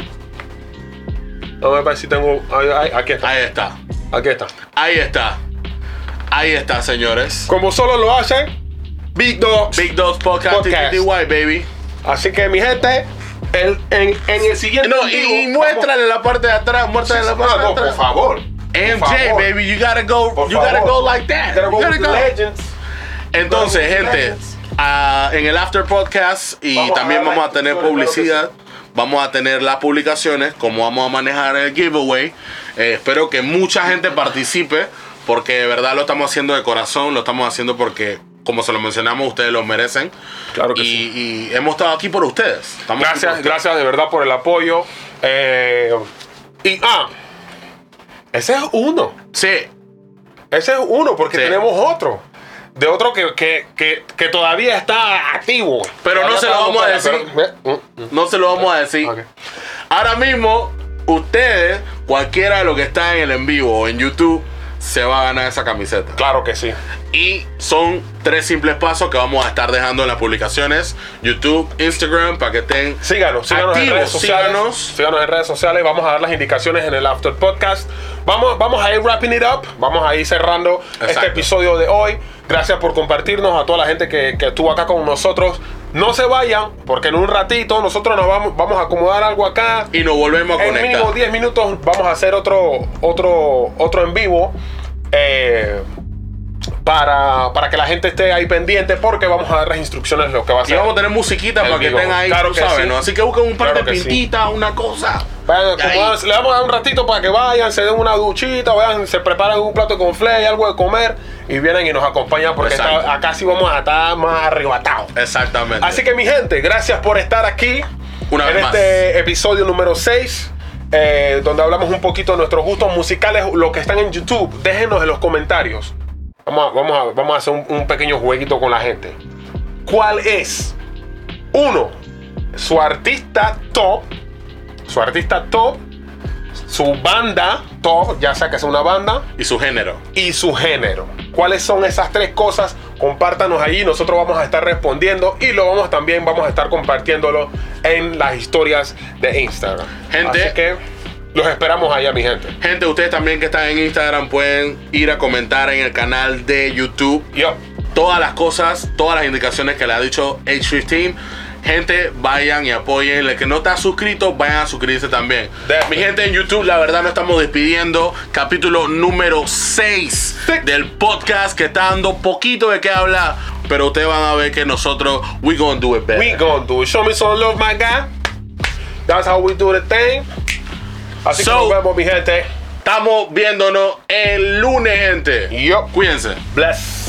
No me parece si tengo. ay, ay, Aquí está.
Ahí está.
Aquí está.
Ahí está. Ahí está, señores.
Como solo lo hace Big Dogs.
Big Dogs Podcast,
Podcast.
TTY, baby.
Así que, mi gente, el- en, en el siguiente.
No,
en
y,
vivo,
y muéstrale la parte de atrás, muéstrale
vamos-
la parte
Ah,
de
no, por
atrás.
favor.
MJ,
Por favor.
baby, you gotta go,
Por
you gotta
favor.
go like that.
You gotta go
You gotta
with the
go.
legends.
Entonces,
Vamos,
gente,
gracias.
ah, en el After Podcast y
Vamos a
también
dar la
vamos a tener
instrucción,
publicidad, vamos a tener las publicaciones, cómo vamos a manejar el giveaway. Eh, espero que mucha gente participe, porque de verdad lo estamos haciendo de corazón, lo estamos haciendo porque, como se lo mencionamos, ustedes lo merecen.
Claro que
y,
sí.
y hemos estado aquí por ustedes. Estamos aquí por
Gracias,
ustedes.
gracias de verdad por el apoyo. Eh, y, ah, ese es uno.
Sí,
Ese es uno, porque
Sí.
tenemos otro. De otro que, que, que, que todavía está activo.
Pero no
Todavía
se lo
está
vamos a
buscando,
decir.
pero- Mm,
no se lo vamos a decir.
mm, ok.
Ahora mismo, ustedes, cualquiera de los que están en el en vivo o en YouTube, se va a ganar esa camiseta.
Claro que sí.
Y son tres simples pasos que vamos a estar dejando en las publicaciones: YouTube, Instagram, para que estén.
Síganos, síganos en
Activos,
redes sociales.
síganos.
Síganos en redes sociales. Vamos a dar las indicaciones en el After Podcast. Vamos, vamos a ir wrapping it up. Vamos a ir cerrando este
Exacto.
episodio de hoy. Gracias por compartirnos a toda la gente que, que estuvo acá con nosotros. No se vayan, porque en un ratito nosotros nos vamos, vamos a acomodar algo acá.
Y nos volvemos a
En
conectar.
mínimo 10 minutos vamos a hacer otro, otro, otro en vivo. eh, para, para que la gente esté ahí pendiente porque vamos a dar las instrucciones de lo que va a
Y
ser.
vamos a tener musiquita
En
para que
vivo.
estén ahí,
Claro
tú
que
sabes,
sí.
¿no? Así que busquen un par
Claro
de
que sí.
pintitas, una cosa.
Vayan,
Ahí.
acomodarse. le vamos a dar un ratito para que vayan, se den una duchita, vayan, se preparan un plato con flea y algo de comer y vienen y nos acompañan porque
Exacto.
está- acá sí vamos a estar más arrebatados.
Exactamente.
Así que mi gente, gracias por estar aquí
Una
en
vez más.
este episodio número 6. donde hablamos un poquito de nuestros gustos musicales, los que están en YouTube, déjenos en los comentarios. Vamos a, vamos a, vamos a hacer un, un pequeño jueguito con la gente. ¿Cuál es? Uno, su artista top, su artista top, su banda top, ya sea que sea una banda,
Y su género.
y su género. ¿Cuáles son esas tres cosas? Compártanos allí, nosotros vamos a estar respondiendo y lo vamos también vamos a estar compartiéndolo en las historias de Instagram.
Gente.
Así que los esperamos allá, mi gente.
Gente, ustedes también que están en Instagram pueden ir a comentar en el canal de YouTube
Yo.
todas las cosas, todas las indicaciones que le ha dicho H15. Gente, vayan y apoyen. El que no está suscrito, vayan a suscribirse también.
Definitely.
Mi gente en YouTube, la verdad, nos estamos despidiendo. Capítulo número 6 del podcast que está dando poquito de qué hablar. Pero ustedes van a ver que nosotros, we gonna do it better.
We gonna do it. Show me some love, my guy. That's how we do the thing. Así
So-
que nos vemos, mi gente.
Estamos viéndonos el lunes, gente.
Yo.
Cuídense.
Bless.